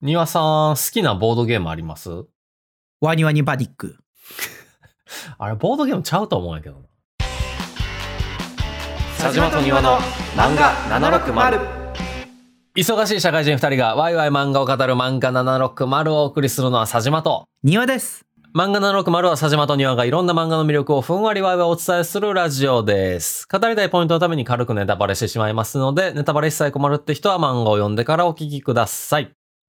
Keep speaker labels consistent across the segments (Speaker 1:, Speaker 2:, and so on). Speaker 1: 庭さん、好きなボードゲームあります
Speaker 2: ワニワニバディック。
Speaker 1: あれ、ボードゲームちゃうと思うんやけどな。
Speaker 3: 佐島と庭の漫画760
Speaker 1: 忙しい社会人2人がワイワイ漫画を語る漫画760をお送りするのは佐島と。
Speaker 2: 庭です。
Speaker 1: 漫画760は佐島と庭がいろんな漫画の魅力をふんわりワイワイお伝えするラジオです。語りたいポイントのために軽くネタバレしてしまいますので、ネタバレ一切困るって人は漫画を読んでからお聞きください。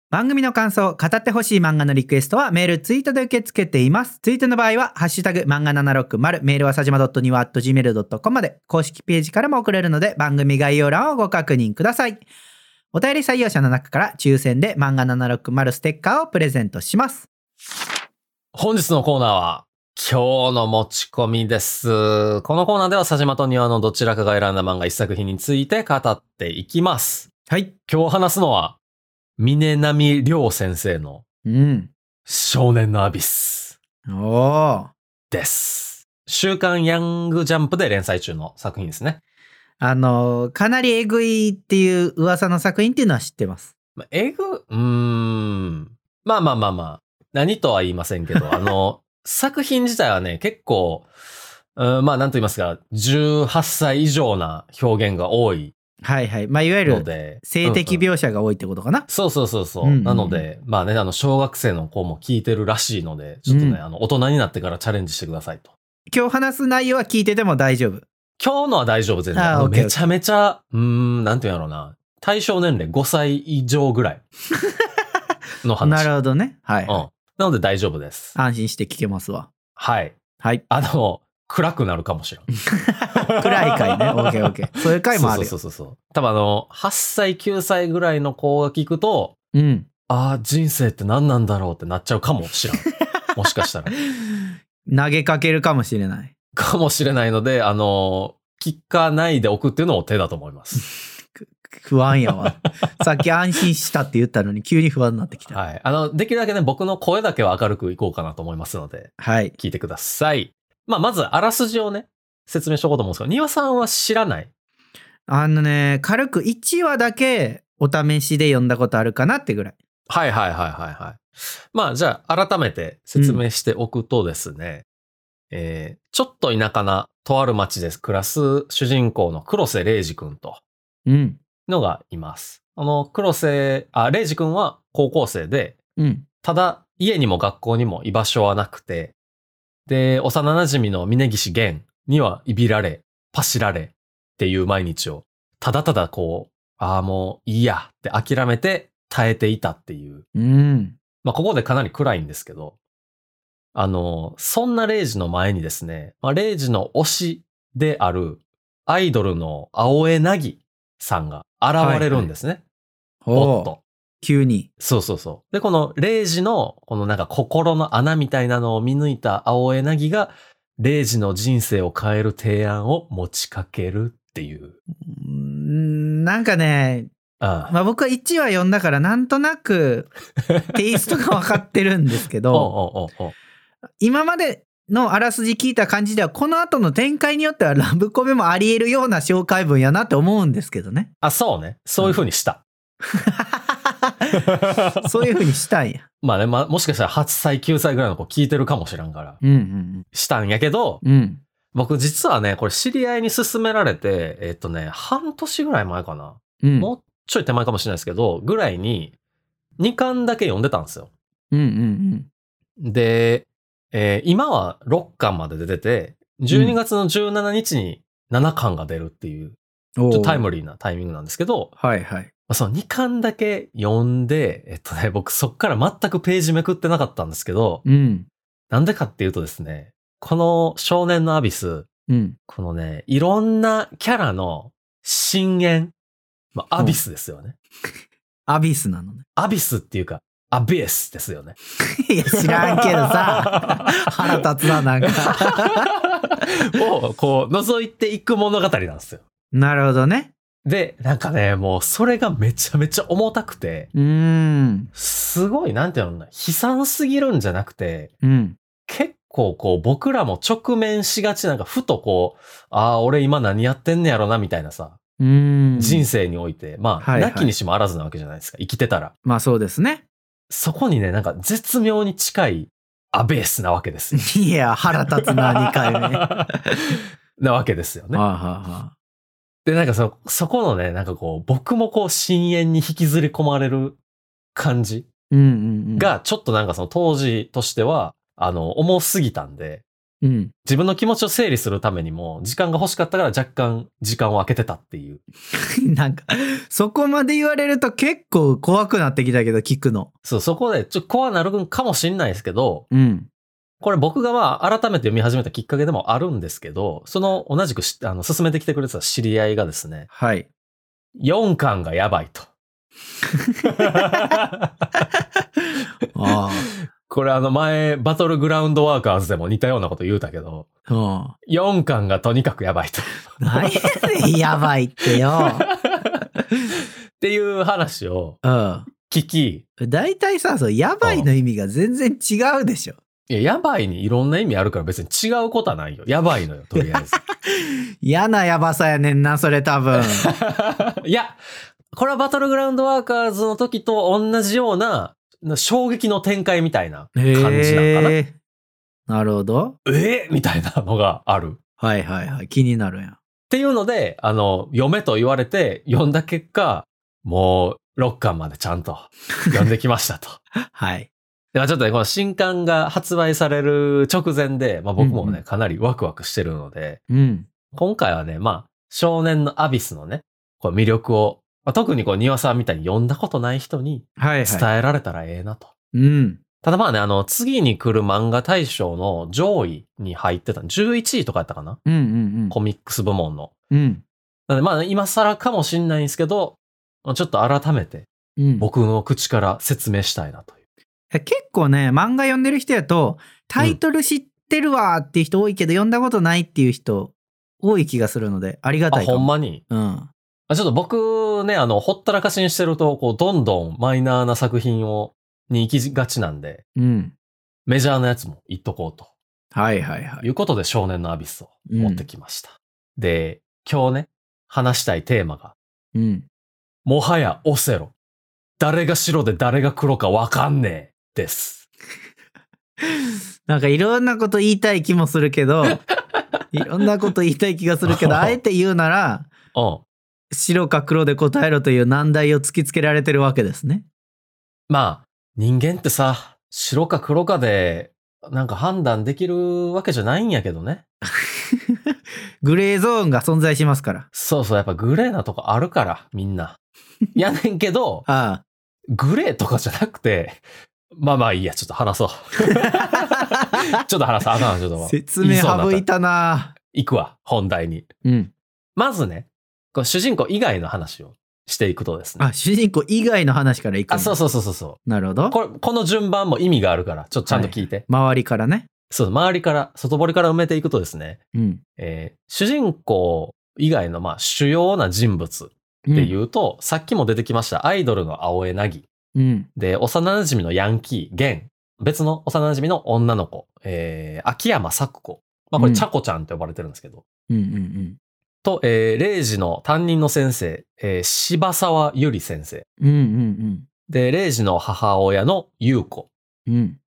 Speaker 2: 番組の感想、語ってほしい漫画のリクエストはメール、ツイートで受け付けています。ツイートの場合は、ハッシュタグ、漫画760、メールはさじま .niwa.gmail.com まで、公式ページからも送れるので、番組概要欄をご確認ください。お便り採用者の中から、抽選で漫画760ステッカーをプレゼントします。
Speaker 1: 本日のコーナーは、今日の持ち込みです。このコーナーでは佐島と庭のどちらかが選んだ漫画一作品について語っていきます。
Speaker 2: はい。
Speaker 1: 今日話すのは、峰波亮先生の
Speaker 2: うん。
Speaker 1: 少年のアビス
Speaker 2: おー。
Speaker 1: です。週刊ヤングジャンプで連載中の作品ですね。
Speaker 2: あの、かなりえぐいっていう噂の作品っていうのは知ってます。
Speaker 1: まあえぐ、うーん。まあまあまあまあ。何とは言いませんけど、あ の、作品自体はね、結構、うんまあなんと言いますか、18歳以上な表現が多い
Speaker 2: はいはい。まあ、いわゆ
Speaker 1: の
Speaker 2: る、
Speaker 1: で。
Speaker 2: 性
Speaker 1: う
Speaker 2: 的
Speaker 1: んうん
Speaker 2: 描写が多いってことかな。
Speaker 1: そうそうそうそう。
Speaker 2: うんうんうん
Speaker 1: なので、まあね、あの、小学生の子も聞いてるらしいので、ちょっとね、
Speaker 2: うん
Speaker 1: あの、大人になってからチャレンジしてくださいと。
Speaker 2: 今日話す内容は聞いてても大丈夫。
Speaker 1: 今日のは大丈夫、全然。
Speaker 2: あー
Speaker 1: あの
Speaker 2: オッケー
Speaker 1: めちゃめちゃ、うーん、なんて言うんやろうな。対象年齢5歳以上ぐらいの話。
Speaker 2: なるほどね。はい。
Speaker 1: うん。なので大丈夫です。
Speaker 2: 安心して聞けますわ。
Speaker 1: はい。
Speaker 2: はい。
Speaker 1: あの、暗くなるかもしれん。
Speaker 2: 暗 い回ね。オッケーオッケー。そういう回もあるよ。
Speaker 1: そうそうそうそう。多分あの、8歳、9歳ぐらいの子が聞くと、
Speaker 2: うん。
Speaker 1: ああ、人生って何なんだろうってなっちゃうかもしれ ん。もしかしたら。
Speaker 2: 投げかけるかもしれない。
Speaker 1: かもしれないので、あの、聞かないでおくっていうのも手だと思い ます。
Speaker 2: く不安や わ。さっき安心したって言ったのに急に不安になってきた。
Speaker 1: はい。あの、できるだけね、僕の声だけは明るくいこうかなと思いますので、
Speaker 2: はい。
Speaker 1: 聞いてください。まあ、まず、あらすじをね、説明しようかと思うんですけど、庭さんは知らない。
Speaker 2: あのね、軽く1話だけお試しで読んだことあるかなってぐらい。
Speaker 1: はいはいはいはいはい。まあじゃあ改めて説明しておくとですね、えーちょっと田舎なとある町で暮らす主人公の黒瀬玲二君と
Speaker 2: うん。
Speaker 1: のがいます。あの黒瀬、あ、玲二君は高校生で、
Speaker 2: うん。
Speaker 1: ただ家にも学校にも居場所はなくて、で、幼馴染みの峯岸源にはいびられ、パシられっていう毎日を、ただただこう、ああもういいやって諦めて耐えていたっていう
Speaker 2: うん。
Speaker 1: まあ、ここでかなり暗いんですけど、あの、そんなレイジの前にですね、まあ、レイジの推しであるアイドルの青江なぎさんが現れるんですね。
Speaker 2: お
Speaker 1: おっ
Speaker 2: う
Speaker 1: と。
Speaker 2: 急に。
Speaker 1: そうそうそう。で、このレイジの、このなんか心の穴みたいなのを見抜いた青江なぎが、レイジの人生を変える提案を持ちかけるっていう。
Speaker 2: うーんなんかね、
Speaker 1: あ
Speaker 2: まあ、僕は1話読んだからなんとなくテイストが分かってるんですけ
Speaker 1: おう
Speaker 2: ど。
Speaker 1: おうおうおう
Speaker 2: 今までのあらすじ聞いた感じではこの後の展開によってはラブコメもありえるような紹介文やなって思うんですけど ね
Speaker 1: あ、そうね。そういう風にした。
Speaker 2: そういうふうにしたんや
Speaker 1: まあね、まあ、もしかしたら8歳、9歳ぐらいの子聞いてるかもしらんから、
Speaker 2: うん
Speaker 1: したんやけど、
Speaker 2: うんうん
Speaker 1: 僕実はね、これ知り合いに勧められて、えっとね、半年ぐらい前かな。
Speaker 2: うん
Speaker 1: もうちょい手前かもしれないですけど、ぐらいに2巻だけ読んでたんですよ。
Speaker 2: うんうん
Speaker 1: で、えー今は6巻まで出てて、12月の17日に7巻が出るっていう、
Speaker 2: うんおー
Speaker 1: ちょっとタイムリーなタイミングなんですけど、
Speaker 2: はいはい
Speaker 1: まあその2巻だけ読んで、えっとね、僕そっから全くページめくってなかったんですけど、
Speaker 2: うん
Speaker 1: なんでかっていうとですね、この少年のアビス、
Speaker 2: うん
Speaker 1: このね、いろんなキャラの深淵、まあ、アビスですよね。
Speaker 2: アビスなのね
Speaker 1: アビスっていうか、アビスですよね。
Speaker 2: いや知らんけどさ 腹立つななんか
Speaker 1: を、こう、覗いていく物語なんですよ。
Speaker 2: なるほどね
Speaker 1: で、なんかね、もう、それがめちゃめちゃ重たくて、
Speaker 2: うーん
Speaker 1: すごい、なんていうのかな、悲惨すぎるんじゃなくて、
Speaker 2: うん
Speaker 1: 結構こう、僕らも直面しがちなんか、ふとこう、ああ、俺今何やってんねやろな、みたいなさ、
Speaker 2: うーん
Speaker 1: 人生において、まあ、
Speaker 2: はいは
Speaker 1: な
Speaker 2: い
Speaker 1: きにしもあらずなわけじゃないですか、生きてたら。
Speaker 2: まあそうですね
Speaker 1: そこにね、なんか絶妙に近いアベースなわけ ですよ。
Speaker 2: いや、腹立つな、2回目。はいは
Speaker 1: なわけですよ
Speaker 2: い
Speaker 1: ね。
Speaker 2: は
Speaker 1: で、なんかそ、そこのね、なんかこう、僕もこう、深淵に引きずり込まれる感じ
Speaker 2: い。うんうんうん。、
Speaker 1: が、ちょっとなんかその当時としては、あの、重すぎたんで、
Speaker 2: うん。
Speaker 1: 自分の気持ちを整理するためにも、時間が欲しかったから若干時間を空けてたっていう。
Speaker 2: なんか、そこまで言われると結構怖くなってきたけど、聞くの。
Speaker 1: そう、そこで、ちょっとコアなるんかもしんないですけど、
Speaker 2: うん。
Speaker 1: これ僕がまあ、改めて読み始めたきっかけでもあるんですけど、その同じくしあの、進めてきてくれてた知り合いがですね、
Speaker 2: はい。
Speaker 1: 4巻がやばいと。
Speaker 2: あ
Speaker 1: これあの前、バトルグラウンドワーカーズでも似たようなこと言うたけど、
Speaker 2: あ。うん。
Speaker 1: 4巻がとにかくやばいと。
Speaker 2: 何やねん、やばいってよ。
Speaker 1: っていう話を
Speaker 2: うん。
Speaker 1: 聞き、
Speaker 2: 大体さ、そう、やばいの意味が全然違うでしょ。
Speaker 1: いや、やばいにいろんな意味あるから別に違うことはないよ。やばいのよ、とりあえず。
Speaker 2: 嫌なやばさやねんな、それ多 分。
Speaker 1: いや、これはバトルグラウンドワーカーズの時と同じようなな衝撃の展開みたいな感じなのかな。え
Speaker 2: へーなるほど。
Speaker 1: ーみたいなのがある。っ
Speaker 2: はいはいはい。気になるやん。
Speaker 1: ていうので、あの、読めと言われて読んだ結果、もう6巻までちゃんと読んできましたと。
Speaker 2: はい。
Speaker 1: でまあちょっとね、この新刊が発売される直前で、まあ僕もね、
Speaker 2: うんうん
Speaker 1: かなりワクワクしてるので、
Speaker 2: うん。
Speaker 1: 今回はね、まあ、少年のアビスのね、こう魅力を、まあ、特にこう、庭さんみたいに読んだことない人に
Speaker 2: はいは
Speaker 1: 伝えられたらええなと。
Speaker 2: い。うん。
Speaker 1: ただまあね、あの、次に来る漫画大賞の上位に入ってた、11位とかやったかな
Speaker 2: うんうん
Speaker 1: コミックス部門の。
Speaker 2: うん。うん。
Speaker 1: なのでまあ、今更かもしんないんですけど、まあちょっと改めて
Speaker 2: うん、
Speaker 1: 僕の口から説明したいなという。
Speaker 2: 結構ね漫画読んでる人やとタイトル知ってるわーっていう人多いけど、読んだことないっていう人多い気がするのでありが
Speaker 1: あ、
Speaker 2: たいか
Speaker 1: ほん
Speaker 2: も
Speaker 1: まに。
Speaker 2: うん
Speaker 1: あちょっと僕ね、あの、ほったらかしにしてると、こう、どんどんマイナーな作品を、に行きがちなんで、
Speaker 2: うん
Speaker 1: メジャーなやつも言っとこうと。
Speaker 2: はいはいはい
Speaker 1: いうことで少年のアビスを持ってきました。で、今日ね、話したいテーマが、
Speaker 2: うん
Speaker 1: もはやオセロ。誰が白で誰が黒かわかんねえ。です。
Speaker 2: なんかいろんなこと言いたい気もするけ どいろんなこと言いたい気がするけどあえて言うなら
Speaker 1: うん。
Speaker 2: 白か黒で答えろという難題を突きつけられてるわけですね。
Speaker 1: まあ、人間ってさ、白か黒かで、なんか判断できるわけじゃないんやけどね。
Speaker 2: グレーゾーンが存在しますから。
Speaker 1: そうそう、やっぱグレーなとこあるから、みん な。やねんけど、
Speaker 2: あ
Speaker 1: グレーとかじゃなくて、まあまあいいや、ちょっと話 そう。 ちょっと話そう。あかん、ちょっと
Speaker 2: あ。。説明省いたな
Speaker 1: 行くわ、本題に。
Speaker 2: うん。
Speaker 1: まずね、こう主人公以外の話をしていくとですね。
Speaker 2: あ、主人公以外の話からいくんだ
Speaker 1: あ、そうそうそうそうそう。
Speaker 2: なるほど。
Speaker 1: これ、この順番も意味があるから、ちょっとちゃんと聞いて。
Speaker 2: 周りからね。
Speaker 1: そう、周りから、外堀から埋めていくとですね、
Speaker 2: うん。。
Speaker 1: えー主人公以外の、まあ、主要な人物っていううと、さっきも出てきました、アイドルの青江なぎ。
Speaker 2: うん。
Speaker 1: で、幼馴染のヤンキー、ゲン。別の幼馴染の女の子、えー、秋山咲子。まあ、こ
Speaker 2: う
Speaker 1: れ、
Speaker 2: ん
Speaker 1: ちゃこちゃんって呼ばれてるんですけど。
Speaker 2: うんうん
Speaker 1: と、えー、レイジの担任の先生、えー、柴沢ゆり先生。
Speaker 2: うん。うんうん
Speaker 1: で、レイジの母親の優子
Speaker 2: うん。うん。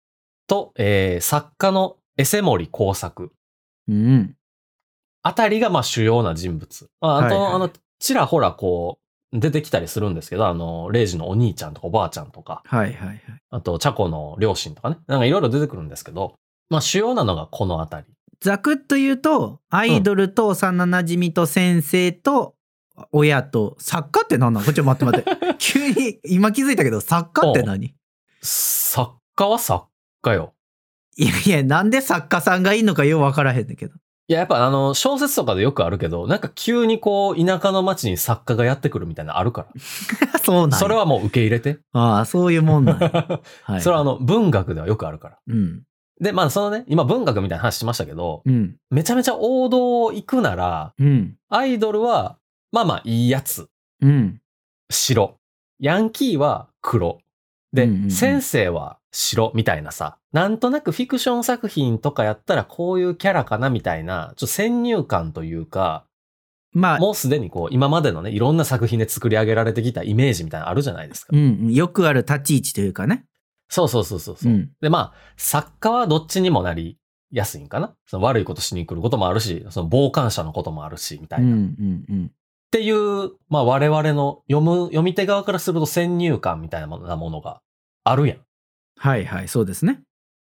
Speaker 1: と、えー、作家のエセモリ工作
Speaker 2: うん。
Speaker 1: あたりが、まあ、主要な人物。まあ、あと、
Speaker 2: はいはい
Speaker 1: あの、ちらほら、こう、出てきたりするんですけど、あの、レイジのお兄ちゃんとかおばあちゃんとか、
Speaker 2: はいはいはい。
Speaker 1: あと、チャコの両親とかね、なんかいろいろ出てくるんですけど、まあ、主要なのがこのあたり。
Speaker 2: ざくっと言うと、アイドルと幼馴染と先生と、親と作家って何なのこっちょ待 って待って急に今気づいたけど作家って何
Speaker 1: 作家は作家よ。
Speaker 2: いやいやなんで作家さんがいいのかよう分からへんだけど
Speaker 1: いや、やっぱあの、小説とかでよくあるけど、なんか急にこう、田舎の町に作家がやってくるみたいなのあるか
Speaker 2: そうなん
Speaker 1: ら。
Speaker 2: や
Speaker 1: それはもう受け入れて。
Speaker 2: ああそういうもんなんや、 はい、
Speaker 1: それはあの、文学ではよくあるから。
Speaker 2: うん
Speaker 1: で、まあそのね、今文学みたいな話しましたけど、
Speaker 2: うん
Speaker 1: めちゃめちゃ王道を行くなら、
Speaker 2: うん
Speaker 1: アイドルは、まあまあいいやつ、
Speaker 2: うん
Speaker 1: 白。ヤンキーは黒。で、
Speaker 2: うんうんうん
Speaker 1: 先生は白みたいなさ、なんとなくフィクション作品とかやったらこういうキャラかなみたいな、ちょっと先入観というか、
Speaker 2: まあ
Speaker 1: もうすでにこう、今までのね、いろんな作品で作り上げられてきたイメージみたいなのあるじゃないですか
Speaker 2: う。んうん、よくある立ち位置というかね。
Speaker 1: そうそうそうそう。
Speaker 2: う。
Speaker 1: うんで、まあ、作家はどっちにもなりやすいんかな。その悪いことしに来ることもあるし、その傍観者のこともあるし、みた
Speaker 2: う
Speaker 1: い
Speaker 2: ん
Speaker 1: な。
Speaker 2: う
Speaker 1: っ
Speaker 2: んうん。
Speaker 1: ていう、まあ我々の読む、読み手側からすると先入観みたいなものがあるやん。
Speaker 2: はいはい、そうですね。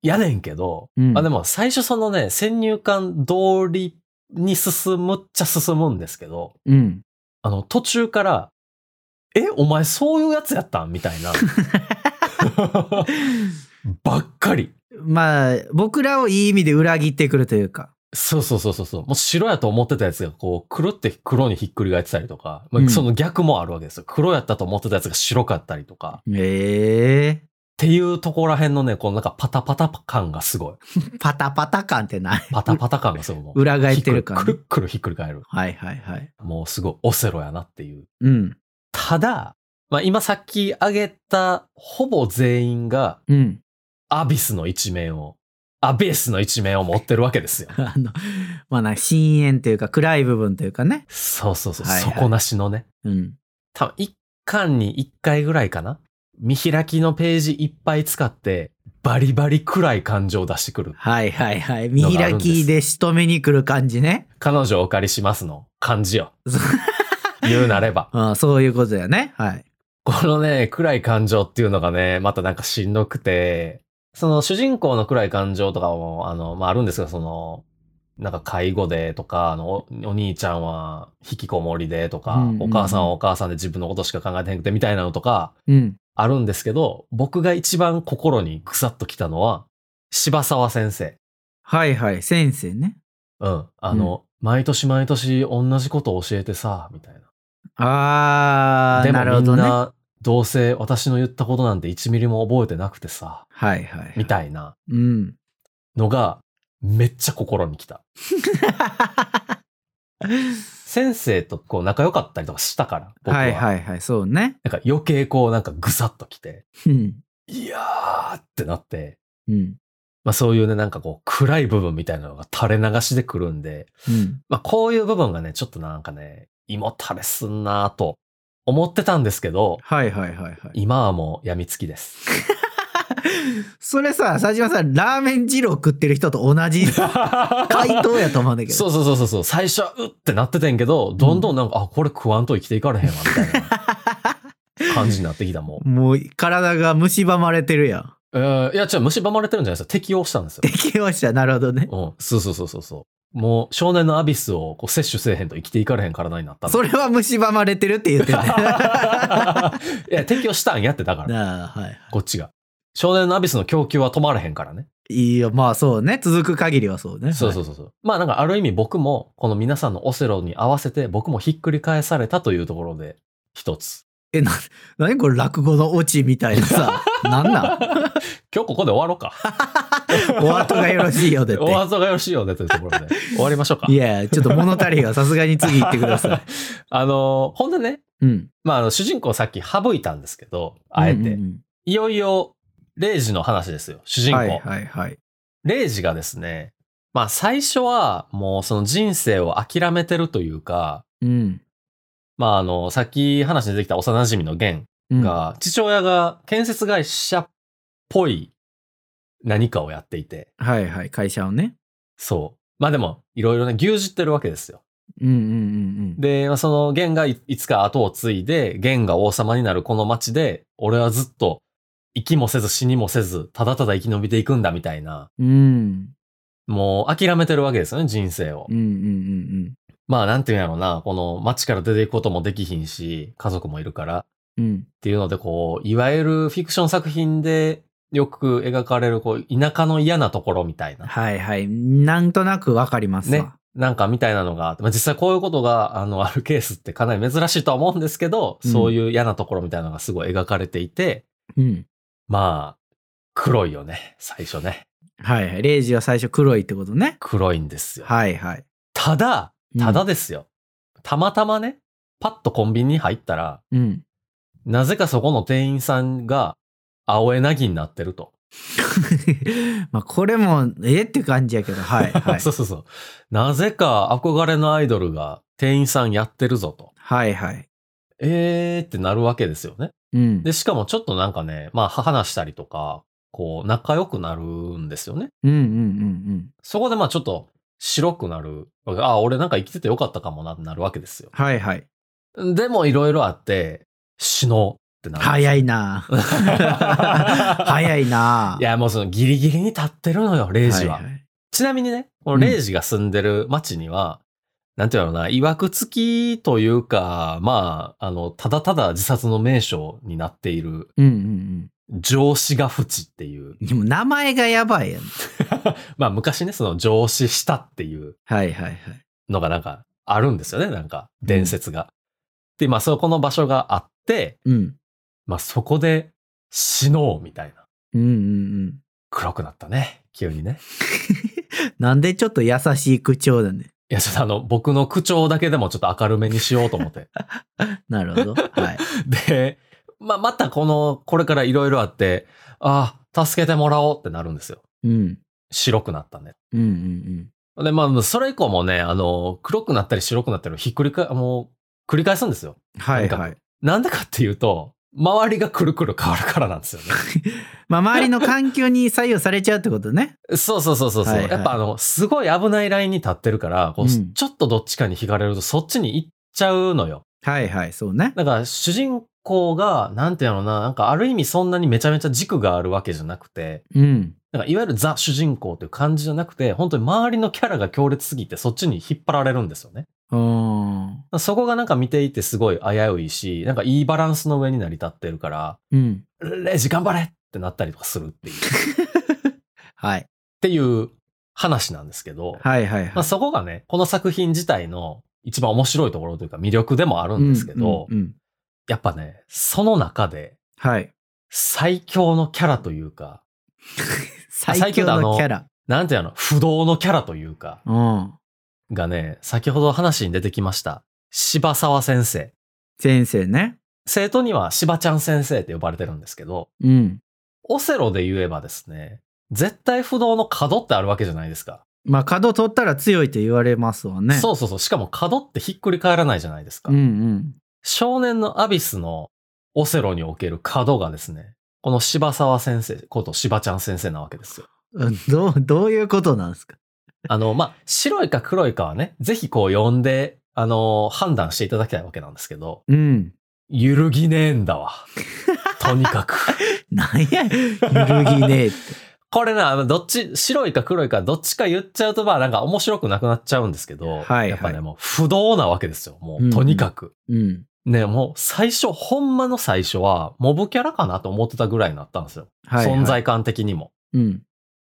Speaker 1: やねんけど、
Speaker 2: うん
Speaker 1: まあでも最初そのね、先入観通りに進むっちゃ進むんですけど、
Speaker 2: うん。
Speaker 1: あの途中から、え、お前そういうやつやったんみたい な。ばっかり。
Speaker 2: まあ、僕らをいい意味で裏切ってくるというか。
Speaker 1: そうそうそうそうそう。もう白やと思ってたやつが、こう、黒って黒にひっくり返ってたりとか、まあ
Speaker 2: うん
Speaker 1: その逆もあるわけですよ。黒やったと思ってたやつが白かったりとか、っ
Speaker 2: え
Speaker 1: ていうところらへんのね、このなんかパタパタ感が すごい。
Speaker 2: えパタパタ感って ない。
Speaker 1: パタパタ感がすごい。もう
Speaker 2: 裏返ってる感
Speaker 1: ひっくりくるっくるひっくり返る。
Speaker 2: はいはいはい。
Speaker 1: もうすごいオセロやなっていう。
Speaker 2: うん。
Speaker 1: ただ、まあ今さっき挙げたほぼ全員が
Speaker 2: うん。。
Speaker 1: アビスの一面を、アビスの一面を持ってるわけですよ
Speaker 2: あの、まあな、深淵というか暗い部分というかね。
Speaker 1: そうそうそう、
Speaker 2: はいはい
Speaker 1: 底なしのね。
Speaker 2: うん。
Speaker 1: 多分一巻に一回ぐらいかな。見開きのページいっぱい使って、バリバリ暗い感情を出してくる。
Speaker 2: はいはいはい。見
Speaker 1: のがある
Speaker 2: 開
Speaker 1: んです
Speaker 2: きで仕留めに来る感じね。
Speaker 1: 彼女をお借りしますの感じ よ。言うなれば。
Speaker 2: ああそういうことだよね。はい。
Speaker 1: このね、暗い感情っていうのがね、またなんかしんどくて、その主人公の暗い感情とかも、あの、まあ、あるんですが、その、なんか介護でとか、あの、おお兄ちゃんは引きこもりでとか、
Speaker 2: うんうんうん
Speaker 1: お母さんはお母さんで自分のことしか考えてなくてみたいなのとか、
Speaker 2: うん。
Speaker 1: あるんですけど、僕が一番心にぐさっときたのは、柴沢先生。
Speaker 2: はいはい。先生ね。
Speaker 1: うん。あの、毎年毎年同じことを教えてさ、みたいな。
Speaker 2: あ
Speaker 1: で
Speaker 2: あ、
Speaker 1: も
Speaker 2: なるほ
Speaker 1: み
Speaker 2: ど
Speaker 1: ん
Speaker 2: ね。
Speaker 1: な、どうせ私の言ったことなんて1ミリも覚えてなくてさ、
Speaker 2: はいはい。
Speaker 1: みたいな
Speaker 2: うん。
Speaker 1: のが、めっちゃ心にきた。先生とこう仲良かったりとかしたから、僕は。
Speaker 2: はいはいはい。そうね。
Speaker 1: なんか余計こうなんかぐさっときて、
Speaker 2: うん。
Speaker 1: いやーってなって、
Speaker 2: うん。
Speaker 1: まあそういうね、なんかこう暗い部分みたいなのが垂れ流しでくるんで、
Speaker 2: うん。
Speaker 1: まあこういう部分がね、ちょっとなんかね、胃もたれすんなぁと思ってたんですけど、
Speaker 2: はいはいはいはい。
Speaker 1: 今はもう病みつきです。
Speaker 2: それさ、佐島さん、ラーメン二郎食ってる人と同 じ 回答やと思うんだけど。
Speaker 1: そうそうそうそうそう、最初はうってなっててんけど、どんどんなんか、あ、これ食わんと生きていかれへんわ、みたいな感じになってきた、も
Speaker 2: もう体が蝕まれてるやん。
Speaker 1: う。えーいや、違う、蝕まれてるんじゃないですよ。適応したんですよ。
Speaker 2: 適応者、なるほどね。
Speaker 1: うん、そうそうそうそうそう。もう少年のアビスをこう摂取せえへんと生きていかれへん体になったんだ
Speaker 2: それは蝕まれてるって言ってるね。
Speaker 1: いや、適応したんやって、だから、
Speaker 2: なあ、はい。
Speaker 1: こっちが。少年のアビスの供給は止まらへんからね。
Speaker 2: いいよ、まあそうね。続く限りはそうね。
Speaker 1: そうそうそうそう。まあなんかある意味僕も、この皆さんのオセロに合わせて僕もひっくり返されたというところで、一 つ。
Speaker 2: え、な、なにこれ落語のオチみたい なさ。なんなん
Speaker 1: 今日ここで終わろうか。
Speaker 2: お後がよろしいよでっ て。
Speaker 1: お後がよろしいよねというところ で。終わりましょうか
Speaker 2: い。や、ちょっと物足りがさすがに次行ってくだ さ
Speaker 1: あのー、ほんでね、
Speaker 2: い。うん。
Speaker 1: まああの主人公さっき省いたんですけど、あえて。
Speaker 2: うんうんうん
Speaker 1: いよいよ、レイジの話ですよ、主人公。
Speaker 2: はいはいはい。
Speaker 1: レイジがですね、まあ最初はもうその人生を諦めてるというか、
Speaker 2: うん。
Speaker 1: まああの、さっき話に出てきた幼馴染のゲン
Speaker 2: うん、
Speaker 1: が、父親が建設会社っぽい何かをやっていて、
Speaker 2: はいはい、会社をね。
Speaker 1: そう。まあでも、いろいろね、牛耳ってるわけですよ。
Speaker 2: うんうんうんうん。
Speaker 1: で、まあそのゲンがいいつか後を継いで、ゲンが王様になるこの町で、俺はずっと生きもせず死にもせず、ただただ生き延びていくんだみたいな、
Speaker 2: うん。
Speaker 1: もう諦めてるわけですよね、人生を。
Speaker 2: うんうんうん
Speaker 1: まあなんていうんやろうな、この町から出ていくこともできひんし、家族もいるからっ
Speaker 2: うん。うん。
Speaker 1: ていうので、こう、いわゆるフィクション作品でよく描かれる、こう、田舎の嫌なところみたいな、
Speaker 2: はいはい。なんとなくわかりますわ。
Speaker 1: ねなんかみたいなのがあって、まあ実際こういうことが、あの、あるケースってかなり珍しいとは思うんですけど、
Speaker 2: うん
Speaker 1: そういう嫌なところみたいなのがすごい描かれていて、
Speaker 2: うん。
Speaker 1: まあ、黒いよね、最初ね。
Speaker 2: はいはい。レイジは最初黒いってことね。
Speaker 1: 黒いんですよ。
Speaker 2: はいはい。
Speaker 1: ただ、
Speaker 2: うん
Speaker 1: ただですよ。たまたまね、パッとコンビニに入ったら、
Speaker 2: うん。
Speaker 1: なぜかそこの店員さんが青柳になってると。
Speaker 2: まあこれも、えって感じやけど、はい は い
Speaker 1: そ。うそうそう。なぜか憧れのアイドルが店員さんやってるぞと。
Speaker 2: はいはい。
Speaker 1: えーってなるわけですよね。
Speaker 2: うん。
Speaker 1: で、しかもちょっとなんかね、まあ話したりとか、こう、仲良くなるんですよね。
Speaker 2: うんうんうん。
Speaker 1: そこでまあちょっと白くなる。あ、俺なんか生きててよかったかもな、なるわけですよ。
Speaker 2: はいはい。
Speaker 1: でもいろいろあって、死のうってなる。
Speaker 2: 早い な早いない
Speaker 1: や、もうそのギリギリに立ってるのよ、レイジは。
Speaker 2: いい
Speaker 1: ちなみにね、このレイジが住んでる町には、なんていうのかな、いわくつきというか、まあ、あの、ただただ自殺の名所になっている、
Speaker 2: うんうん
Speaker 1: 上司が淵っていう、
Speaker 2: うん。でも名前がやばいやん。
Speaker 1: まあ昔ね、その上司したっていう
Speaker 2: はいはいはい。
Speaker 1: のがなんかあるんですよね、なんか伝説が。で、まあそこの場所があって、
Speaker 2: うん。
Speaker 1: まあそこで死のうみたいな。
Speaker 2: うんうんうん。
Speaker 1: 黒くなったね、急にね。
Speaker 2: なんでちょっと優しい口調だね。
Speaker 1: いや、ちょっとあの、僕の口調だけでもちょっと明るめにしようと思っ て。
Speaker 2: なるほ ど。はい。
Speaker 1: で、ま、またこの、これからいろいろあって、ああ、助けてもらおうってなるんですよ。
Speaker 2: うん。
Speaker 1: 白くなったね。
Speaker 2: うんうん
Speaker 1: で、まあ、それ以降もね、あの、黒くなったり白くなったりをひっくりか、もう、繰り返すんですよ。
Speaker 2: うん。はい
Speaker 1: とに
Speaker 2: は
Speaker 1: か
Speaker 2: い。
Speaker 1: なんでかっていうと、周りがくるくる変わるからなんですよ ね。
Speaker 2: まあ周りの環境に左右されちゃうってことね。
Speaker 1: そうそうそうそうそう。
Speaker 2: はいはい
Speaker 1: やっぱあの、すごい危ないラインに立ってるから、こう
Speaker 2: うん
Speaker 1: ちょっとどっちかに引かれるとそっちに行っちゃうのよ。
Speaker 2: はいはい、そうね。
Speaker 1: だから主人公が、なんていうのかな、なんかある意味そんなにめちゃめちゃ軸があるわけじゃなくて、
Speaker 2: うん。
Speaker 1: なんかいわゆるザ主人公という感じじゃなくて、本当に周りのキャラが強烈すぎてそっちに引っ張られるんですよね。
Speaker 2: うん。
Speaker 1: そこがなんか見ていてすごい危ういし、なんかいいバランスの上に成り立ってるから、
Speaker 2: うん。
Speaker 1: レイジ頑張れってなったりとかするっていう、っ
Speaker 2: はい。
Speaker 1: ていう話なんですけど、
Speaker 2: はいはい
Speaker 1: ま
Speaker 2: は
Speaker 1: あ、
Speaker 2: い。
Speaker 1: そこがね、この作品自体の一番面白いところというか魅力でもあるんですけど、
Speaker 2: うんうんうん
Speaker 1: やっぱね、その中で
Speaker 2: はい。
Speaker 1: 最強のキャラというか、
Speaker 2: 最強のキャラ。
Speaker 1: なんていうの、不動のキャラというか、
Speaker 2: うん。
Speaker 1: がね、先ほど話に出てきました。柴沢先生。
Speaker 2: 先生ね。
Speaker 1: 生徒には柴ちゃん先生って呼ばれてるんですけど、
Speaker 2: うん。
Speaker 1: オセロで言えばですね、絶対不動の角ってあるわけじゃないですか。
Speaker 2: まあ角取ったら強いと言われますわね。
Speaker 1: そうそうそう。しかも角ってひっくり返らないじゃないですか。
Speaker 2: うんうん。
Speaker 1: 少年のアビスのオセロにおける角がですね、この柴沢先生こと柴ちゃん先生なわけですよ。
Speaker 2: うんどう、どういうことなんですか
Speaker 1: あの、まあ、白いか黒いかはね、ぜひこう読んで、あの、判断していただきたいわけなんですけど、
Speaker 2: うん。
Speaker 1: 揺るぎねえんだわ。とにかく。
Speaker 2: なんや、揺るぎねえって。
Speaker 1: これな、あのどっち、白いか黒いかどっちか言っちゃうと、まあなんか面白くなくなっちゃうんですけど、
Speaker 2: はいはい
Speaker 1: やっぱね、もう不動なわけですよ。も
Speaker 2: うんう
Speaker 1: う、
Speaker 2: ん
Speaker 1: とにかく。
Speaker 2: うん。
Speaker 1: ね、もう最初、ほんまの最初は、モブキャラかなと思ってたぐらいになったんですよ。
Speaker 2: はい、はい。
Speaker 1: 存。在感的にも。
Speaker 2: うん。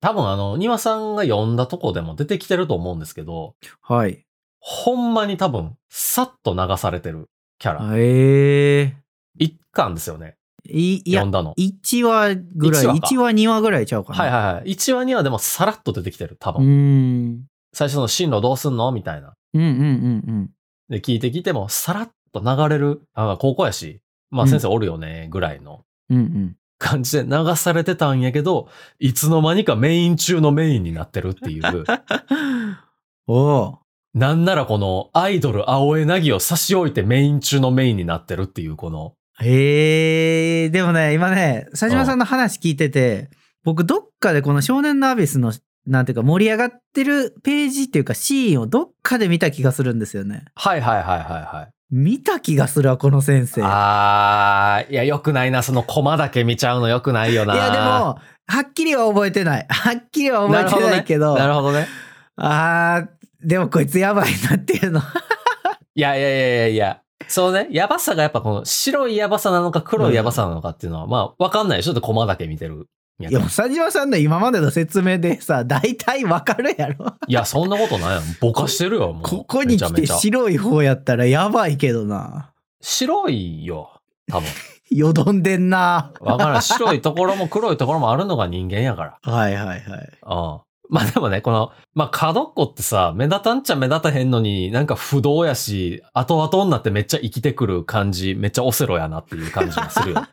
Speaker 1: 多分あの、庭さんが読んだとこでも出てきてると思うんですけど、
Speaker 2: はい。
Speaker 1: ほんまに多分、さっと流されてるキャラ。
Speaker 2: ええ
Speaker 1: 一巻ですよね。
Speaker 2: い、いや
Speaker 1: 読ん、だの。
Speaker 2: 1話ぐらい、
Speaker 1: 一話か
Speaker 2: 1話、2話ぐらいちゃうかな。
Speaker 1: はいはいはい。1話にはでもさらっと出てきてる、多
Speaker 2: うー
Speaker 1: 分。
Speaker 2: ん。
Speaker 1: 最初の進路どうすんのみたいな。
Speaker 2: うんうんうん
Speaker 1: で、聞いてきても、さらっと流れる、あ、高校やし、まあ
Speaker 2: うん
Speaker 1: 先生おるよね、ぐらいの
Speaker 2: うん。うんうん。
Speaker 1: 感じで流されてたんやけど、いつの間にかメイン中のメインになってるって いう、
Speaker 2: おう
Speaker 1: なんならこのアイドル青柳を差し置いてメイン中のメインになってるっていう、この、
Speaker 2: へえでもね、今ね、佐島さんの話聞いてて、僕どっかでこの少年のアビスの、なんていうか盛り上がってるページっていうかシーンをどっかで見た気がするんですよね。
Speaker 1: はいはいはいはいはい。
Speaker 2: 見た気がするわ、この先生。いや、
Speaker 1: あー、いや、よくないな、そのコマだけ見ちゃうのよくないよ
Speaker 2: で
Speaker 1: な。
Speaker 2: も、はっきりは覚えてない。はっきりは覚えてないけど、
Speaker 1: なるほどね。
Speaker 2: あー、でもこいつやばいなっていうの。
Speaker 1: いやいやいやいやいや。そうね。やばさがやっぱこの白いやばさなのか黒いやばさなのかっていうのは、まあわかんないでしょ。ちょっとコマだけ見てるんやけ
Speaker 2: いや、
Speaker 1: ど。
Speaker 2: もう佐島さんの今までの説明で さ、大体わかるやろ。
Speaker 1: いや、そんなことないよ。ぼかしてるよ、もう。
Speaker 2: ここに来て
Speaker 1: めちゃめちゃ
Speaker 2: 白い方やったらやばいけどな。
Speaker 1: 白いよ。多分。
Speaker 2: よどんでんな。
Speaker 1: わからん。白いところも黒いところもあるのが人間やから。
Speaker 2: はいはいはい。
Speaker 1: うん。まあでもね、この、まあ角っこってさ、目立たんちゃ目立たへんのに、なんか不動やし、後々になってめっちゃ生きてくる感じ、めっちゃオセロやなっていう感じがするよ。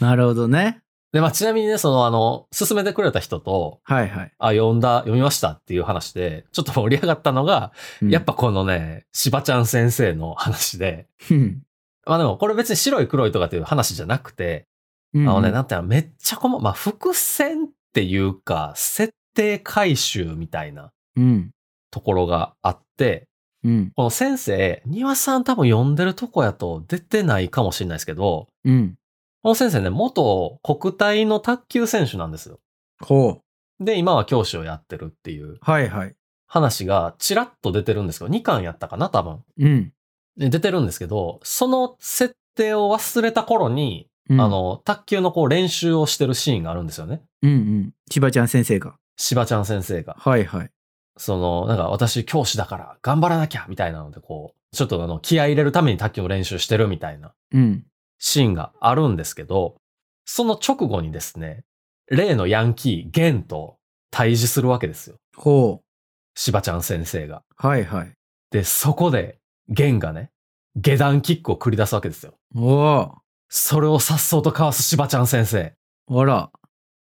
Speaker 2: なるほどね。
Speaker 1: で、まあちなみにね、そのあの、勧めてくれた人と、
Speaker 2: はいはい。
Speaker 1: あ、読んだ、読みましたっていう話で、ちょっと盛り上がったのが、
Speaker 2: うん
Speaker 1: やっぱこのね、しばちゃん先生の話で、
Speaker 2: うん
Speaker 1: まあでもこれ別に白い黒いとかっていう話じゃなくて、あ
Speaker 2: あ
Speaker 1: のね、なんていうのめっちゃ細、まあ、伏線っていうか、設定回収みたいな
Speaker 2: うん。
Speaker 1: ところがあって、
Speaker 2: うん。
Speaker 1: この先生、庭さん多分読んでるとこやと出てないかもしれないですけど、
Speaker 2: うん。
Speaker 1: この先生ね、元国体の卓球選手なんですよ。
Speaker 2: ほ
Speaker 1: で、今は教師をやってるっていう
Speaker 2: う。はいはい。
Speaker 1: 話がちらっと出てるんですけど、2巻やったかな、多分。
Speaker 2: うん。
Speaker 1: で出てるんですけど、その設定を忘れた頃に、
Speaker 2: うん
Speaker 1: あ、の、卓球のこう練習をしてるシーンがあるんですよね。
Speaker 2: うんうん。千葉ちゃん先生が。
Speaker 1: しばちゃん先生が。
Speaker 2: はいはい。
Speaker 1: その、なんか私教師だから頑張らなきゃみたいなので、こう、ちょっとあの、気合い入れるために卓球の練習してるみたいな
Speaker 2: うん。
Speaker 1: シーンがあるんですけど、その直後にですね、例のヤンキー、ゲンと対峙するわけですよ。
Speaker 2: ほ
Speaker 1: しばちゃん先生が。
Speaker 2: う。はいはい。
Speaker 1: で、そこで、ゲンがね、下段キックを繰り出すわけですよ。
Speaker 2: お
Speaker 1: それを颯爽とかわすしばちゃん先生。
Speaker 2: お。あら。